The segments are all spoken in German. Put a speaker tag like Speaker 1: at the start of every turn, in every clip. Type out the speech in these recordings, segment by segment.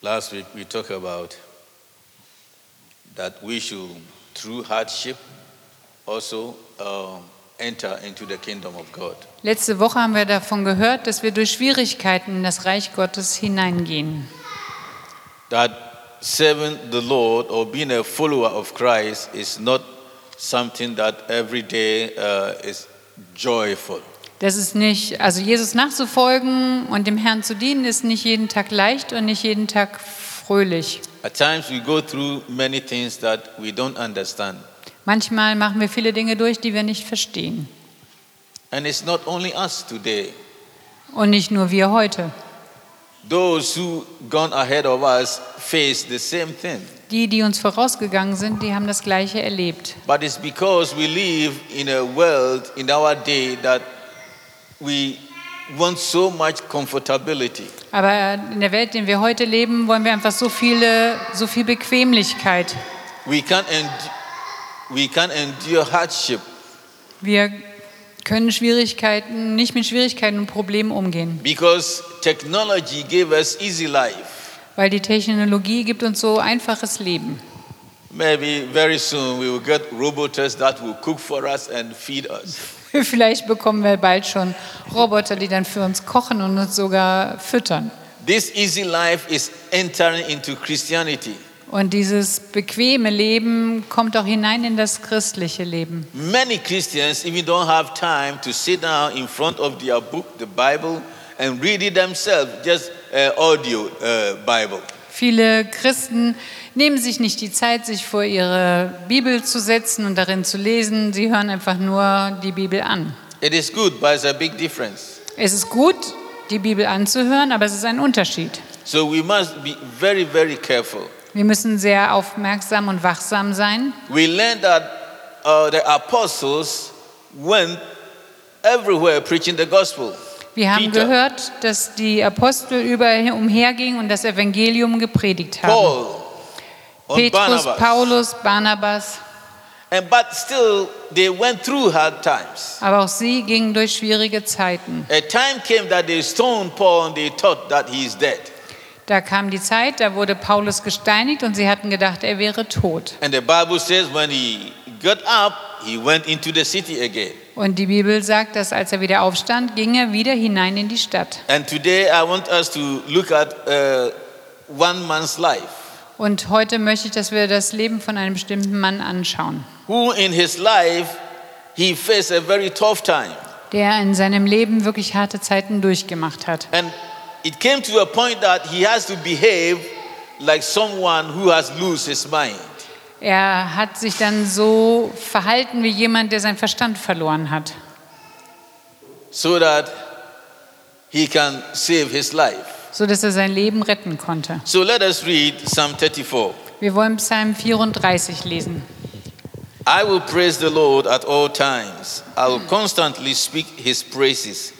Speaker 1: Last week we talked about that we should, through hardship, also um, enter into the kingdom of God.
Speaker 2: Letzte Woche haben wir davon gehört, dass wir durch Schwierigkeiten in das Reich Gottes hineingehen.
Speaker 1: That serving the Lord or being a follower of Christ is not something that every day uh, is joyful.
Speaker 2: Das ist nicht, also Jesus nachzufolgen und dem Herrn zu dienen, ist nicht jeden Tag leicht und nicht jeden Tag fröhlich.
Speaker 1: At times we go through many things that we don't understand.
Speaker 2: Manchmal machen wir viele Dinge durch, die wir nicht verstehen.
Speaker 1: And it's not only us today.
Speaker 2: Und nicht nur wir heute.
Speaker 1: Those who gone ahead of us face the same thing.
Speaker 2: Die, die uns vorausgegangen sind, die haben das Gleiche erlebt.
Speaker 1: But it's because we live in a world in our day that we want so much comfortability.
Speaker 2: Aber in der Welt, in der wir heute leben, wollen wir einfach so viele, so viel Bequemlichkeit.
Speaker 1: We can't, end- we can't endure hardship
Speaker 2: Wir können Schwierigkeiten nicht mit Schwierigkeiten und Problemen umgehen,
Speaker 1: because technology gave us easy life.
Speaker 2: weil die Technologie gibt uns so einfaches Leben.
Speaker 1: Maybe very soon we will get robots that will cook for us and feed us.
Speaker 2: Vielleicht bekommen wir bald schon Roboter, die dann für uns kochen und uns sogar füttern.
Speaker 1: This easy life is entering into Christianity.
Speaker 2: Und dieses bequeme Leben kommt auch hinein in das christliche Leben.
Speaker 1: Many Christians even don't have time to sit down in front of their book, the Bible, and read it themselves, just uh, audio uh, Bible.
Speaker 2: Viele Christen nehmen sich nicht die Zeit, sich vor ihre Bibel zu setzen und darin zu lesen. Sie hören einfach nur die Bibel an.
Speaker 1: It is good, but it's a big difference.
Speaker 2: Es ist gut, die Bibel anzuhören, aber es ist ein Unterschied.
Speaker 1: So we must be very, very careful.
Speaker 2: Wir müssen sehr aufmerksam und wachsam sein.
Speaker 1: We learn that uh, the apostles went everywhere preaching the gospel.
Speaker 2: Wir haben
Speaker 1: Peter.
Speaker 2: gehört, dass die Apostel überall umhergingen und das Evangelium gepredigt haben.
Speaker 1: Paul, on
Speaker 2: Petrus,
Speaker 1: Barnabas.
Speaker 2: Paulus, Barnabas,
Speaker 1: And but still, they went through hard times.
Speaker 2: aber auch sie gingen durch schwierige Zeiten.
Speaker 1: A time came that they stoned Paul and they thought that he is dead.
Speaker 2: Da kam die Zeit, da wurde Paulus gesteinigt und sie hatten gedacht, er wäre tot.
Speaker 1: And the Bible says when he got up, he went into the city again.
Speaker 2: Und die Bibel sagt, dass als er wieder aufstand, ging er wieder hinein in die Stadt.
Speaker 1: And today I want us to look at uh, one man's life,
Speaker 2: Und heute möchte ich, dass wir das Leben von einem bestimmten Mann anschauen,
Speaker 1: who in his life he faced a very tough time.
Speaker 2: der in seinem Leben wirklich harte Zeiten durchgemacht hat.
Speaker 1: And it came to a point that he has to behave like someone who has lost his mind.
Speaker 2: Er hat sich dann so verhalten wie jemand, der seinen Verstand verloren hat,
Speaker 1: so that he can save his life.
Speaker 2: so dass er sein Leben retten konnte.
Speaker 1: So let us read Psalm 34.
Speaker 2: Wir wollen Psalm 34 lesen.
Speaker 1: I will praise the Lord at all times. I will constantly speak his praises.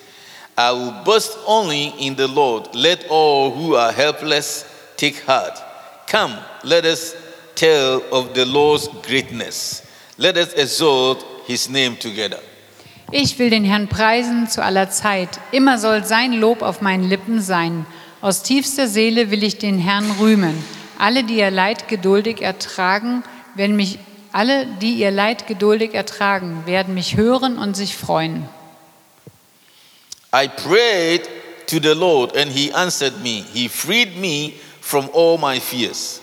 Speaker 1: I will boast only in the Lord. Let all who are helpless take heart. Come, let us tell of the Lord's greatness. Let us exalt his name together.
Speaker 2: Ich will den Herrn preisen zu aller Zeit. Immer soll sein Lob auf meinen Lippen sein. Aus tiefster Seele will ich den Herrn rühmen. Alle, die ihr Leid geduldig ertragen, werden mich alle, die ihr Leid geduldig ertragen, werden mich hören und sich freuen.
Speaker 1: I prayed to the Lord, and he answered me. He freed me from all my fears.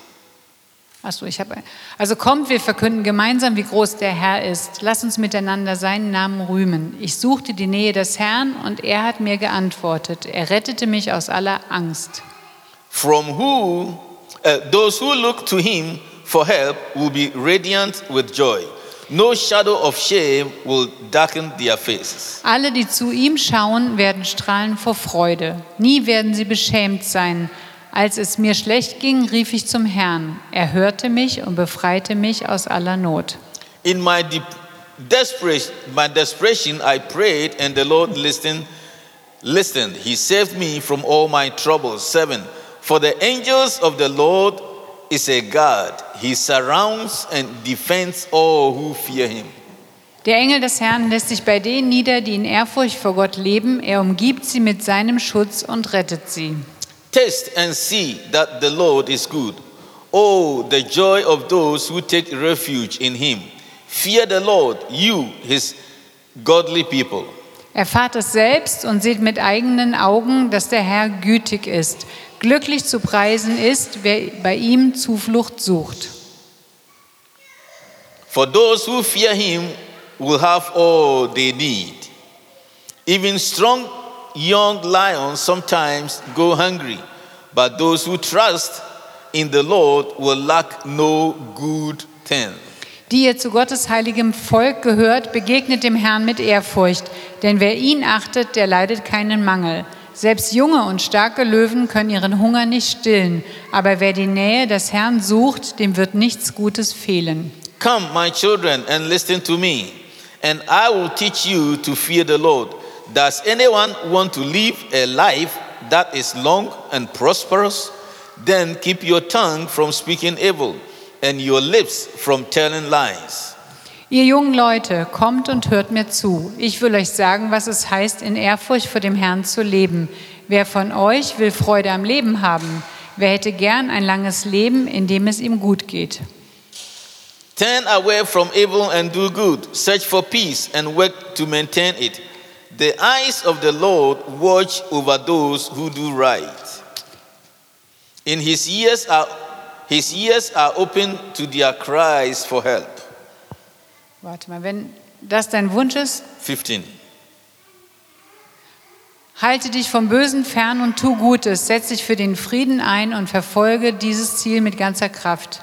Speaker 2: Achso, ich habe. Also kommt, wir verkünden gemeinsam, wie groß der Herr ist. Lass uns miteinander seinen Namen rühmen. Ich suchte die Nähe des Herrn und er hat mir geantwortet. Er rettete mich aus aller Angst.
Speaker 1: From who uh, those who look to him for help will be radiant with joy. No shadow of shame will darken their faces.
Speaker 2: Alle, die zu ihm schauen, werden strahlen vor Freude. Nie werden sie beschämt sein. Als es mir schlecht ging, rief ich zum Herrn. Er hörte mich und befreite mich aus aller Not.
Speaker 1: In my de- desperation, my desperation, I prayed, and the Lord listened. Listened. He saved me from all my troubles. Seven. For the angels of the Lord is a God. He surrounds and defends all who fear him.
Speaker 2: Der Engel des Herrn lässt sich bei denen nieder, die in Ehrfurcht vor Gott leben. Er umgibt sie mit seinem Schutz und rettet sie.
Speaker 1: Taste and see that the Lord is good. Oh, the joy of those who take refuge in him. Fear the Lord, you, his godly people.
Speaker 2: Erfahrt es selbst und seht mit eigenen Augen, dass der Herr gütig ist. Glücklich zu preisen ist, wer bei ihm Zuflucht sucht.
Speaker 1: For those who fear him will have all they need. Even strong young lions sometimes go hungry, but those who trust in the Lord will lack no good thing.
Speaker 2: Die ihr zu Gottes heiligem Volk gehört, begegnet dem Herrn mit Ehrfurcht, denn wer ihn achtet, der leidet keinen Mangel. Selbst junge und starke Löwen können ihren Hunger nicht stillen, aber wer die Nähe des Herrn sucht, dem wird nichts Gutes fehlen.
Speaker 1: Come, my children, and listen to me, and I will teach you to fear the Lord. Does anyone want to live a life that is long and prosperous? Then keep your tongue from speaking evil and your lips from telling lies.
Speaker 2: Ihr jungen Leute, kommt und hört mir zu. Ich will euch sagen, was es heißt, in Ehrfurcht vor dem Herrn zu leben. Wer von euch will Freude am Leben haben? Wer hätte gern ein langes Leben, in dem es ihm gut geht?
Speaker 1: Turn away from evil and do good. Search for peace and work to maintain it. The eyes of the Lord watch over those who do right. In his ears are his ears are open to their cries for help.
Speaker 2: Warte mal, wenn das dein Wunsch ist,
Speaker 1: 15.
Speaker 2: halte dich vom Bösen fern und tu Gutes, setz dich für den Frieden ein und verfolge dieses Ziel mit ganzer Kraft.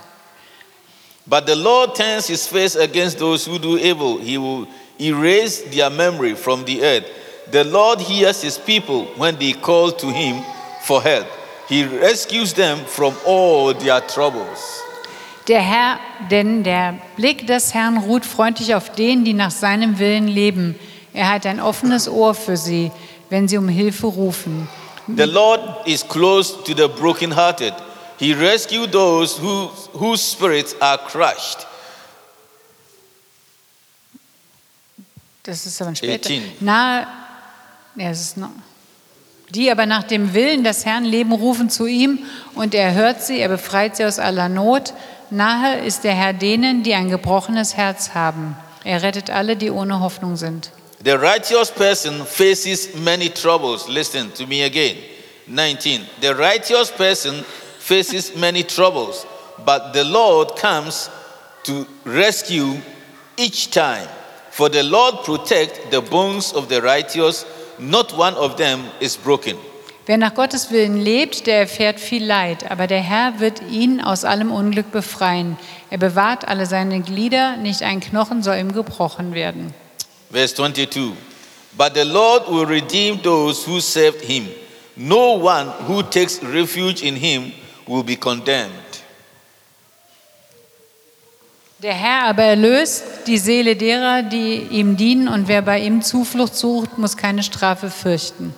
Speaker 1: But the Lord turns his face against those who do evil. He will erase their memory from the earth. The Lord hears his people when they call to him for help. He rescues them from all their troubles.
Speaker 2: Der Herr, denn der Blick des Herrn ruht freundlich auf denen, die nach seinem Willen leben. Er hat ein offenes Ohr für sie, wenn sie um Hilfe rufen.
Speaker 1: The Lord is close to the brokenhearted. He rescues those who, whose spirits are crushed.
Speaker 2: Das ist aber später.
Speaker 1: 18.
Speaker 2: Nahe, ja, es ist noch, die aber nach dem Willen des Herrn leben, rufen zu ihm und er hört sie, er befreit sie aus aller Not. Nahe ist der Herr denen, die ein gebrochenes Herz haben. Er rettet alle, die ohne Hoffnung sind.
Speaker 1: The righteous person faces many troubles. Listen to me again. 19. The righteous person faces many troubles, but the Lord comes to rescue each time. For the Lord protect the bones of the righteous, not one of them is broken.
Speaker 2: Wer nach Gottes Willen lebt, der erfährt viel Leid, aber der Herr wird ihn aus allem Unglück befreien. Er bewahrt alle seine Glieder, nicht ein Knochen soll ihm gebrochen werden.
Speaker 1: Verse 22. But the Lord will redeem those who served him. No one who takes refuge in him will be condemned.
Speaker 2: Der Herr aber erlöst die Seele derer, die ihm dienen, und wer bei ihm Zuflucht sucht, muss keine Strafe fürchten.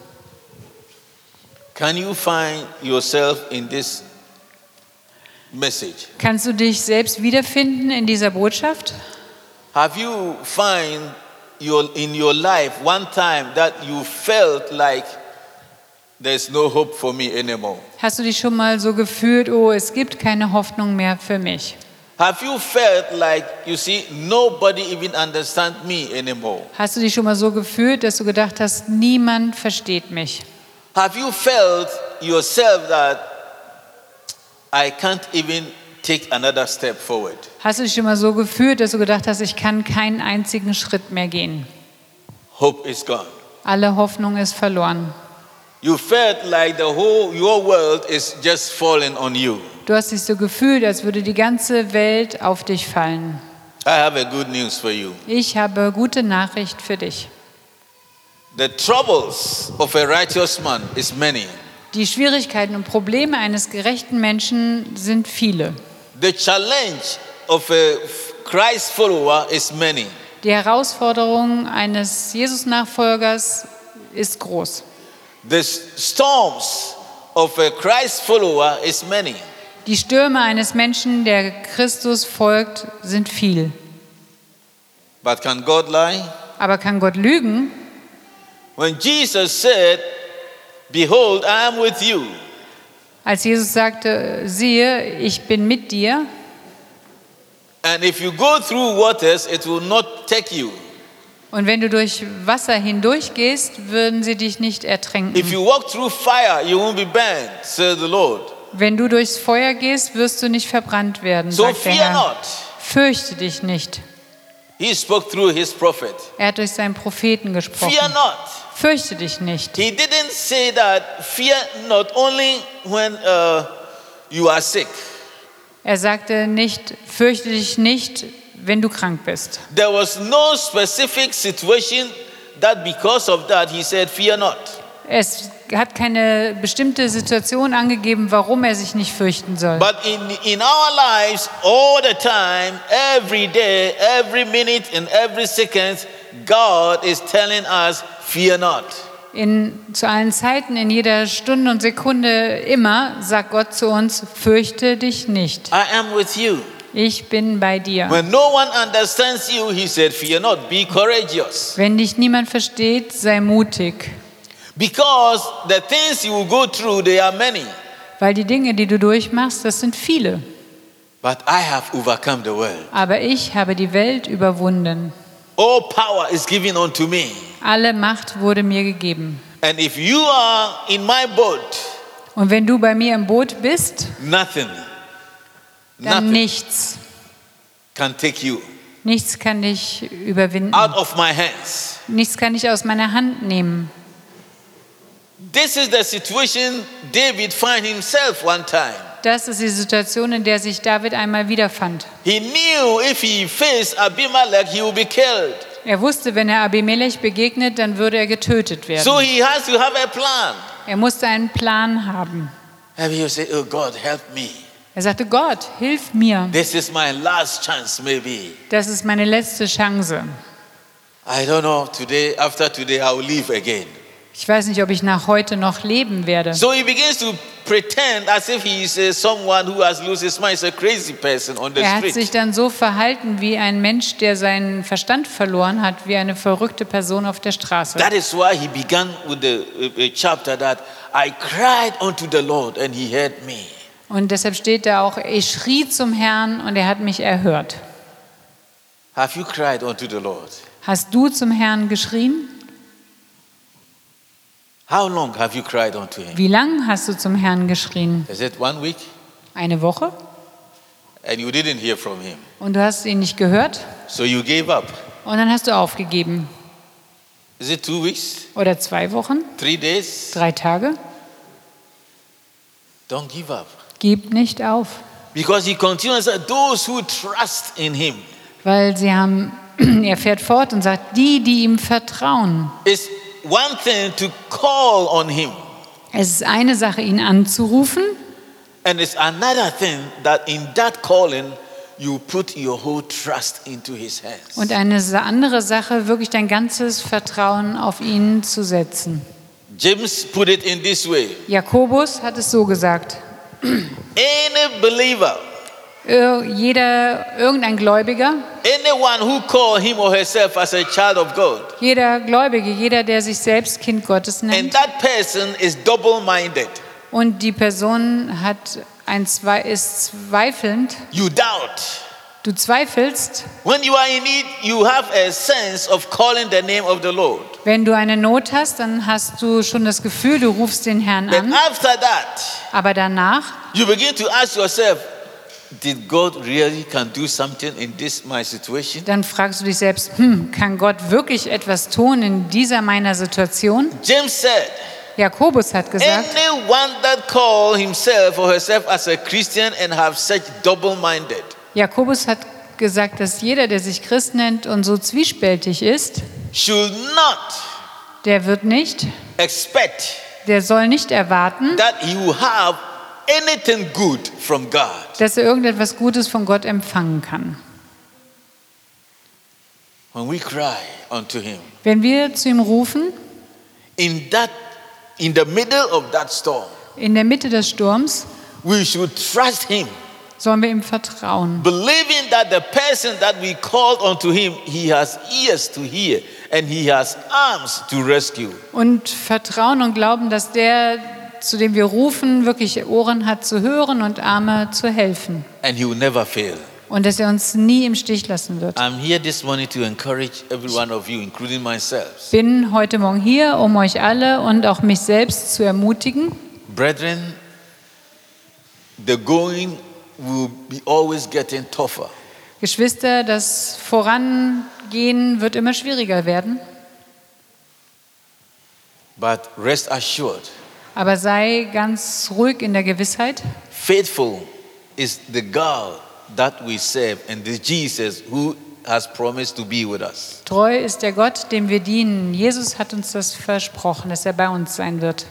Speaker 1: Can you find yourself in this message?
Speaker 2: Kannst du dich selbst wiederfinden in dieser Botschaft?
Speaker 1: Have you find your in your life one time that you felt like there's no hope for me anymore?
Speaker 2: Hast du dich schon mal so gefühlt, oh, es gibt keine Hoffnung mehr für mich?
Speaker 1: Have you felt like you see nobody even understand me anymore?
Speaker 2: Hast du dich schon mal so gefühlt, dass du gedacht hast, niemand versteht mich?
Speaker 1: Have you felt yourself that I can't even take another step forward?
Speaker 2: Hast du dich schon mal so gefühlt, dass du gedacht hast, ich kann keinen einzigen Schritt mehr gehen?
Speaker 1: Hope is gone.
Speaker 2: Alle Hoffnung ist verloren.
Speaker 1: You felt like the whole your world is just falling on you.
Speaker 2: Du hast dich so gefühlt, als würde die ganze Welt auf dich fallen.
Speaker 1: I have a good news for you.
Speaker 2: Ich habe gute Nachricht für dich.
Speaker 1: The troubles of a righteous man is many.
Speaker 2: Die Schwierigkeiten und Probleme eines gerechten Menschen sind viele.
Speaker 1: The challenge of a f- Christ follower is many.
Speaker 2: Die Herausforderung eines Jesus-Nachfolgers ist groß.
Speaker 1: The s- storms of a Christ follower is many.
Speaker 2: Die Stürme eines Menschen, der Christus folgt, sind viel.
Speaker 1: But can God lie?
Speaker 2: Aber kann Gott lügen?
Speaker 1: When Jesus said, "Behold, I am with you
Speaker 2: Als Jesus sagte, siehe, ich bin mit dir,
Speaker 1: And if you go through waters, it will not take you.
Speaker 2: und wenn du durch Wasser hindurch gehst, würden sie dich nicht ertränken.
Speaker 1: If you walk through fire, you won't be burned, says the Lord.
Speaker 2: Wenn du durchs Feuer gehst, wirst du nicht verbrannt werden,
Speaker 1: So
Speaker 2: sagt der
Speaker 1: fear
Speaker 2: Herr.
Speaker 1: not.
Speaker 2: Fürchte dich nicht.
Speaker 1: He spoke through his prophet.
Speaker 2: Er hat durch seinen Propheten gesprochen.
Speaker 1: Fear not.
Speaker 2: Fürchte dich nicht.
Speaker 1: He didn't say that fear not only when uh, you are sick.
Speaker 2: Er sagte nicht, fürchte dich nicht, wenn du krank bist.
Speaker 1: There was no specific situation that because of that he said, Fear not.
Speaker 2: Es hat keine bestimmte Situation angegeben, warum er sich nicht fürchten soll.
Speaker 1: But in, in our lives, all the time, every day, every minute, and every second, God is telling us, Fear not.
Speaker 2: In, zu allen Zeiten, in jeder Stunde und Sekunde immer sagt Gott zu uns, fürchte dich nicht.
Speaker 1: I am with you.
Speaker 2: Ich bin bei dir.
Speaker 1: When no one understands you, he said, Fear not, be courageous.
Speaker 2: Wenn dich niemand versteht, sei mutig,
Speaker 1: Because the things you will go through, they are many.
Speaker 2: weil die Dinge, die du durchmachst, das sind viele.
Speaker 1: But I have overcome the world.
Speaker 2: Aber ich habe die Welt überwunden.
Speaker 1: All power is given unto me.
Speaker 2: Alle Macht wurde mir gegeben.
Speaker 1: And if you are in my boat,
Speaker 2: Und wenn du bei mir im Boot bist,
Speaker 1: nothing,
Speaker 2: dann
Speaker 1: nothing
Speaker 2: nichts.
Speaker 1: can take you
Speaker 2: Nichts kann dich überwinden.
Speaker 1: out of my hands.
Speaker 2: Nichts kann ich aus meiner Hand nehmen.
Speaker 1: This is the situation David found himself one time.
Speaker 2: Das ist die Situation, in der sich David einmal wiederfand.
Speaker 1: He knew if he faced Abimelech, he would be killed.
Speaker 2: Er wusste, wenn er Abimelech begegnet, dann würde er getötet werden.
Speaker 1: So he has to have a plan.
Speaker 2: er musste einen Plan haben.
Speaker 1: And he will say, Oh God, help me.
Speaker 2: Er sagte, Gott, hilf mir.
Speaker 1: This is my last chance, maybe.
Speaker 2: Das ist meine letzte Chance.
Speaker 1: I don't know. Today, after today, I will leave again.
Speaker 2: Ich weiß nicht, ob ich nach heute noch leben werde.
Speaker 1: So he begins to pretend as if he is uh, someone who has lost his mind, is a crazy person on the
Speaker 2: Er hat sich
Speaker 1: street.
Speaker 2: dann so verhalten wie ein Mensch, der seinen Verstand verloren hat, wie eine verrückte Person auf der Straße.
Speaker 1: That is why he began with the uh, uh, chapter that I cried unto the Lord and he heard me.
Speaker 2: Und deshalb steht da auch, ich schrie zum Herrn und er hat mich erhört.
Speaker 1: Have you cried unto the Lord?
Speaker 2: Hast du zum Herrn geschrien?
Speaker 1: How long have you cried unto him?
Speaker 2: Wie lang hast du zum Herrn geschrien?
Speaker 1: Is it one week?
Speaker 2: Eine Woche?
Speaker 1: And you didn't hear from him.
Speaker 2: Und du hast ihn nicht gehört?
Speaker 1: So you gave up.
Speaker 2: Und dann hast du aufgegeben.
Speaker 1: Is it two weeks?
Speaker 2: Oder zwei Wochen?
Speaker 1: Three days?
Speaker 2: Drei Tage?
Speaker 1: Don't give up.
Speaker 2: Gib nicht auf.
Speaker 1: Because he continues that those who trust in him.
Speaker 2: Weil sie haben, er fährt fort und sagt, die, die ihm vertrauen.
Speaker 1: It's one thing to call on him,
Speaker 2: Es ist eine Sache, ihn anzurufen.
Speaker 1: and it's another thing that in that calling you put your whole trust into his hands.
Speaker 2: Und eine sa- andere Sache, wirklich dein ganzes Vertrauen auf ihn zu setzen.
Speaker 1: James put it in this way
Speaker 2: Jakobus hat es so gesagt.
Speaker 1: any believer,
Speaker 2: Ir- Jeder, irgendein Gläubiger,
Speaker 1: anyone who call him or herself as a child of God,
Speaker 2: jeder Gläubige, jeder, der sich selbst Kind Gottes
Speaker 1: and
Speaker 2: nennt
Speaker 1: that person is double minded,
Speaker 2: und die Person hat ein Zwe ist zweifelnd,
Speaker 1: you doubt.
Speaker 2: du zweifelst,
Speaker 1: When you are in need, you have a sense of calling the name of the Lord.
Speaker 2: wenn du eine Not hast, dann hast du schon das Gefühl, du rufst den Herrn
Speaker 1: But
Speaker 2: an,
Speaker 1: after that,
Speaker 2: aber danach
Speaker 1: you begin to ask yourself, did God really can do something in this my situation?
Speaker 2: dann fragst du dich selbst, hm, kann Gott wirklich etwas tun in dieser meiner Situation?
Speaker 1: James said,
Speaker 2: Jakobus hat gesagt,
Speaker 1: Äh. anyone that call himself or herself as a Christian and have such double-minded,
Speaker 2: Jakobus hat gesagt, dass jeder, der sich Christ nennt und so zwiespältig ist,
Speaker 1: should not
Speaker 2: der wird nicht,
Speaker 1: expect
Speaker 2: der soll nicht erwarten,
Speaker 1: that he will have anything good from God.
Speaker 2: dass er irgendetwas Gutes von Gott empfangen kann.
Speaker 1: When we cry unto him,
Speaker 2: Wenn wir zu ihm rufen,
Speaker 1: in that in the middle of that storm,
Speaker 2: in der Mitte des Sturms,
Speaker 1: we should trust him,
Speaker 2: sollen wir ihm vertrauen.
Speaker 1: believing that the person that we called unto him, he has ears to hear and he has arms to rescue.
Speaker 2: Und vertrauen und glauben, dass der, zu dem wir rufen, wirklich Ohren hat zu hören und Arme zu helfen.
Speaker 1: and He will never fail.
Speaker 2: Und dass er uns nie im Stich lassen wird.
Speaker 1: I'm here this morning to encourage every one of you, including myself.
Speaker 2: bin heute Morgen hier, um euch alle und auch mich selbst zu ermutigen.
Speaker 1: Brethren, the going will be always getting tougher.
Speaker 2: Geschwister, das Vorangehen wird immer schwieriger werden.
Speaker 1: But rest assured,
Speaker 2: Aber sei ganz ruhig in der Gewissheit.
Speaker 1: faithful is the God that we serve and the Jesus who has promised to be with us.
Speaker 2: Treu ist der Gott, dem wir dienen. Jesus hat uns das versprochen, dass er bei uns sein wird.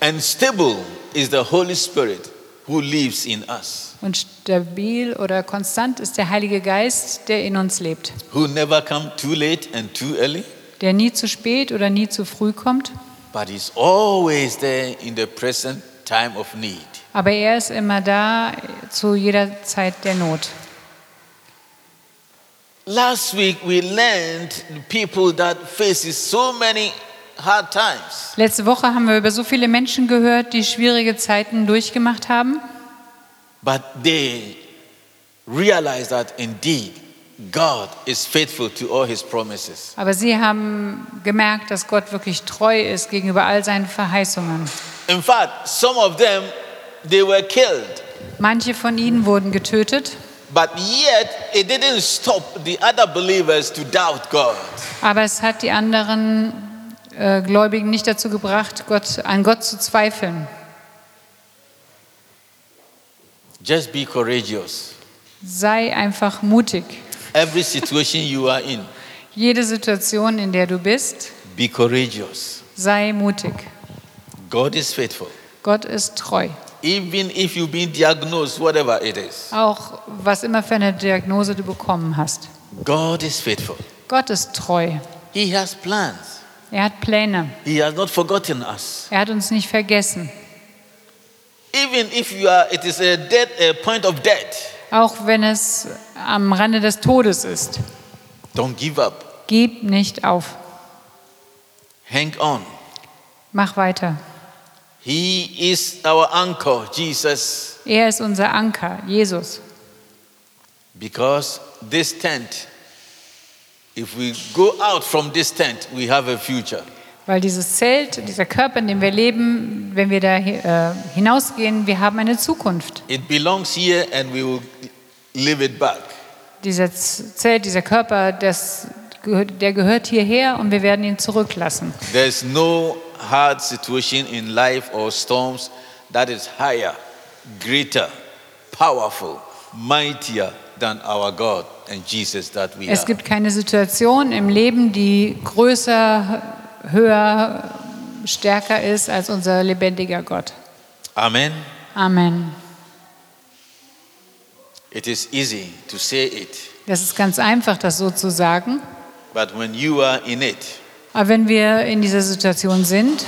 Speaker 1: And stable is the Holy Spirit who lives in us,
Speaker 2: Und stabil oder konstant ist der Heilige Geist, der in uns lebt,
Speaker 1: who never come too late and too early,
Speaker 2: der nie zu spät oder nie zu früh kommt.
Speaker 1: but is always there in the present time of need.
Speaker 2: Aber er ist immer da zu jeder Zeit der Not.
Speaker 1: Last week we learned the people that faces so many hard times.
Speaker 2: Letzte Woche haben wir über so viele Menschen gehört, die schwierige Zeiten durchgemacht haben,
Speaker 1: But they realize that indeed God is faithful to all his promises.
Speaker 2: aber sie haben gemerkt, dass Gott wirklich treu ist gegenüber all seinen Verheißungen.
Speaker 1: In fact, some of them they were killed,
Speaker 2: Manche von ihnen wurden getötet,
Speaker 1: but yet it didn't stop the other believers to doubt God.
Speaker 2: aber es hat die anderen äh, Gläubigen nicht dazu gebracht, Gott, an Gott zu zweifeln.
Speaker 1: Just be courageous.
Speaker 2: Sei einfach mutig.
Speaker 1: Every situation you are in,
Speaker 2: Jede Situation, in der du bist,
Speaker 1: be courageous.
Speaker 2: sei mutig.
Speaker 1: God is faithful.
Speaker 2: Gott ist treu.
Speaker 1: Even if you've been diagnosed, whatever it is,
Speaker 2: Auch was immer für eine Diagnose du bekommen hast.
Speaker 1: God is faithful.
Speaker 2: Gott ist treu.
Speaker 1: He has plans.
Speaker 2: Er hat Pläne.
Speaker 1: He has not forgotten us.
Speaker 2: Er hat uns nicht vergessen.
Speaker 1: Even if you are, it is a death, a point of death.
Speaker 2: Auch wenn es am Rande des Todes ist.
Speaker 1: Don't give up.
Speaker 2: Gib nicht auf.
Speaker 1: Hang on.
Speaker 2: Mach weiter.
Speaker 1: He is our anchor, Jesus,
Speaker 2: Er ist unser Anker, Jesus.
Speaker 1: because this tent, if we go out from this tent, we have a future.
Speaker 2: Weil dieses Zelt, dieser Körper, in dem wir leben, wenn wir da äh, hinausgehen, wir haben eine Zukunft.
Speaker 1: It belongs here and we will leave it back.
Speaker 2: Dieses Zelt, dieser Körper, das, gehört- der gehört hierher und wir werden ihn zurücklassen.
Speaker 1: There's no hard situation in life or storms that is higher, greater, powerful, mightier than our God and Jesus that we
Speaker 2: Es
Speaker 1: are.
Speaker 2: gibt keine Situation im Leben, die größer, höher, stärker ist als unser lebendiger Gott.
Speaker 1: Amen.
Speaker 2: Amen.
Speaker 1: It is easy to say it,
Speaker 2: Das ist ganz einfach, das so zu sagen.
Speaker 1: but when you are in it,
Speaker 2: Aber wenn wir in dieser Situation sind,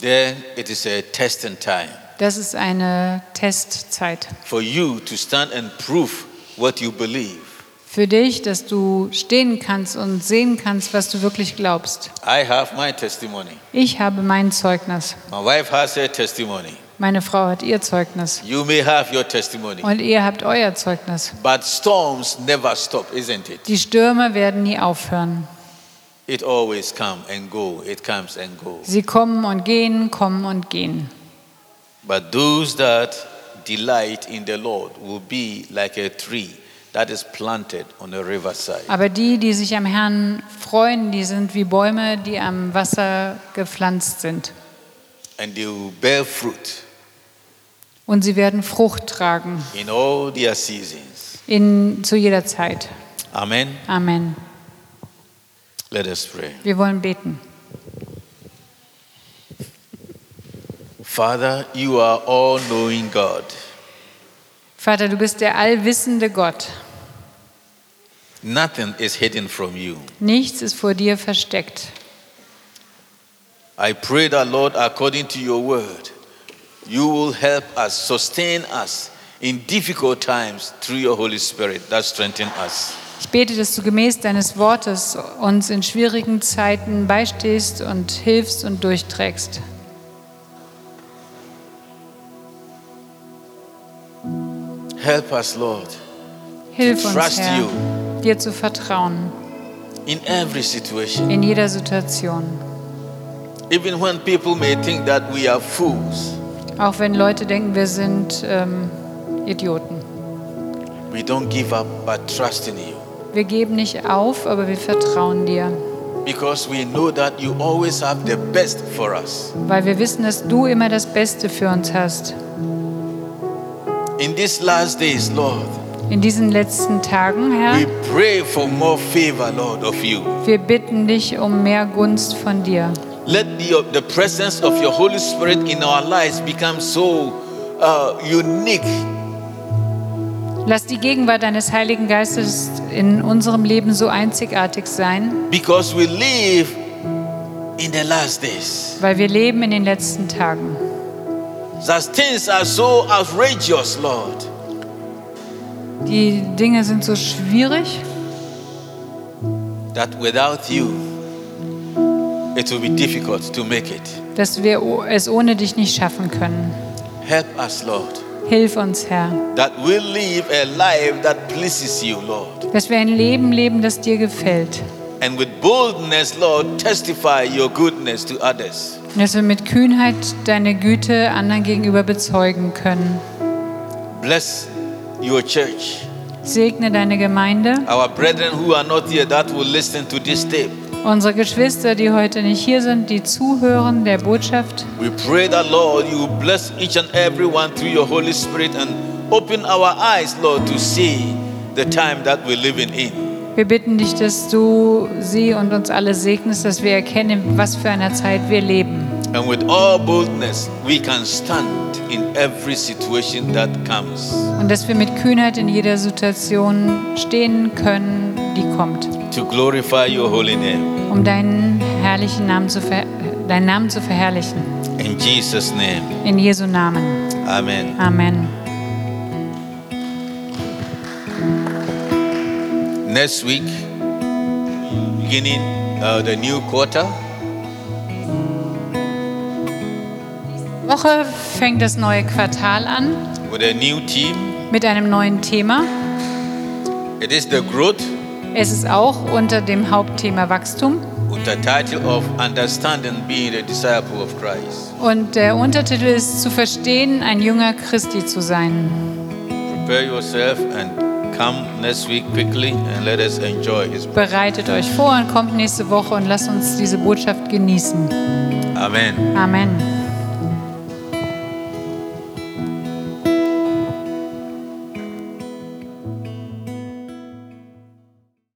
Speaker 1: then it is a testing time
Speaker 2: das ist eine Testzeit
Speaker 1: for you to stand and prove what you believe.
Speaker 2: für dich, dass du stehen kannst und sehen kannst, was du wirklich glaubst.
Speaker 1: I have my testimony.
Speaker 2: Ich habe mein Zeugnis.
Speaker 1: My wife has her testimony.
Speaker 2: Meine Frau hat ihr Zeugnis.
Speaker 1: You may have your testimony.
Speaker 2: Und ihr habt euer Zeugnis.
Speaker 1: But storms never stop, isn't it?
Speaker 2: Die Stürme werden nie aufhören.
Speaker 1: It always comes and go. It comes and goes.
Speaker 2: Sie kommen und gehen, kommen und gehen.
Speaker 1: But those that delight in the Lord will be like a tree that is planted on a riverside.
Speaker 2: Aber die, die sich am Herrn freuen, die sind wie Bäume, die am Wasser gepflanzt sind.
Speaker 1: and they will bear fruit
Speaker 2: Und sie werden Frucht tragen
Speaker 1: in all their seasons.
Speaker 2: in, zu jeder Zeit.
Speaker 1: Amen.
Speaker 2: Amen.
Speaker 1: Let us pray.
Speaker 2: Wir wollen beten.
Speaker 1: Father, you are all knowing God.
Speaker 2: Vater, du bist der allwissende Gott.
Speaker 1: Nothing is hidden from you.
Speaker 2: Nichts ist vor dir versteckt.
Speaker 1: I pray that, Lord, according to your word, you will help us, sustain us in difficult times through your Holy Spirit that strengthen us.
Speaker 2: Ich bete, dass du gemäß deines Wortes uns in schwierigen Zeiten beistehst und hilfst und durchträgst.
Speaker 1: Help us, Lord,
Speaker 2: Hilf uns,
Speaker 1: Trust
Speaker 2: Herr,
Speaker 1: you.
Speaker 2: dir zu vertrauen
Speaker 1: in every situation.
Speaker 2: in jeder Situation.
Speaker 1: Even when people may think that we are fools,
Speaker 2: Auch wenn Leute denken, wir sind ähm, Idioten.
Speaker 1: we don't give up but trust in you.
Speaker 2: Wir geben nicht auf, aber wir vertrauen dir,
Speaker 1: Because we know that you always have the best for us.
Speaker 2: weil wir wissen, dass du immer das Beste für uns hast.
Speaker 1: In these last days, Lord,
Speaker 2: In diesen letzten Tagen,
Speaker 1: we
Speaker 2: Herr,
Speaker 1: pray for more favor, Lord, of you.
Speaker 2: wir bitten dich um mehr Gunst von dir.
Speaker 1: Let the, the presence of your Holy Spirit in our lives become so uh, unique
Speaker 2: Lass die Gegenwart deines Heiligen Geistes in unserem Leben so einzigartig sein,
Speaker 1: Because we live in the last days.
Speaker 2: weil wir leben in den letzten Tagen.
Speaker 1: Such things are so outrageous, Lord.
Speaker 2: Die Dinge sind so schwierig,
Speaker 1: That without you, it will be difficult to make it.
Speaker 2: dass wir o- es ohne dich nicht schaffen können.
Speaker 1: Help us, Lord,
Speaker 2: Hilf uns, Herr,
Speaker 1: that we live a life that pleases you, Lord.
Speaker 2: dass wir ein Leben leben, das dir gefällt.
Speaker 1: And with boldness, Lord, testify your goodness to others.
Speaker 2: Und dass wir mit Kühnheit deine Güte anderen gegenüber bezeugen können.
Speaker 1: Bless your church.
Speaker 2: Segne deine Gemeinde,
Speaker 1: Our brethren who are not here that will listen to this tape.
Speaker 2: unsere Geschwister, die heute nicht hier sind, die zuhören der Botschaft.
Speaker 1: We pray that, Lord, you will bless each and every one through your Holy Spirit and open our eyes, Lord, to see the time that we're living in.
Speaker 2: Wir bitten dich, dass du sie und uns alle segnest, dass wir erkennen, was für einer Zeit wir leben.
Speaker 1: And with all boldness, we can stand in every situation that comes
Speaker 2: Und dass wir mit Kühnheit in jeder Situation stehen können, die kommt,
Speaker 1: to glorify your holy name.
Speaker 2: um deinen herrlichen Namen zu, ver deinen Namen zu verherrlichen.
Speaker 1: In Jesus' name,
Speaker 2: In Jesu Namen.
Speaker 1: Amen.
Speaker 2: Amen.
Speaker 1: Next week, beginning uh, the new quarter,
Speaker 2: Woche fängt das neue Quartal an
Speaker 1: with a new team,
Speaker 2: mit einem neuen Thema.
Speaker 1: it is the growth
Speaker 2: Es ist auch unter dem Hauptthema Wachstum
Speaker 1: with the title of Understanding Being a Disciple of Christ.
Speaker 2: und der Untertitel ist zu verstehen, ein Jünger Christi zu sein.
Speaker 1: Prepare yourself and come next week quickly and let us enjoy His.
Speaker 2: Bereitet euch vor und kommt nächste Woche und lasst uns diese Botschaft genießen.
Speaker 1: Amen.
Speaker 2: Amen.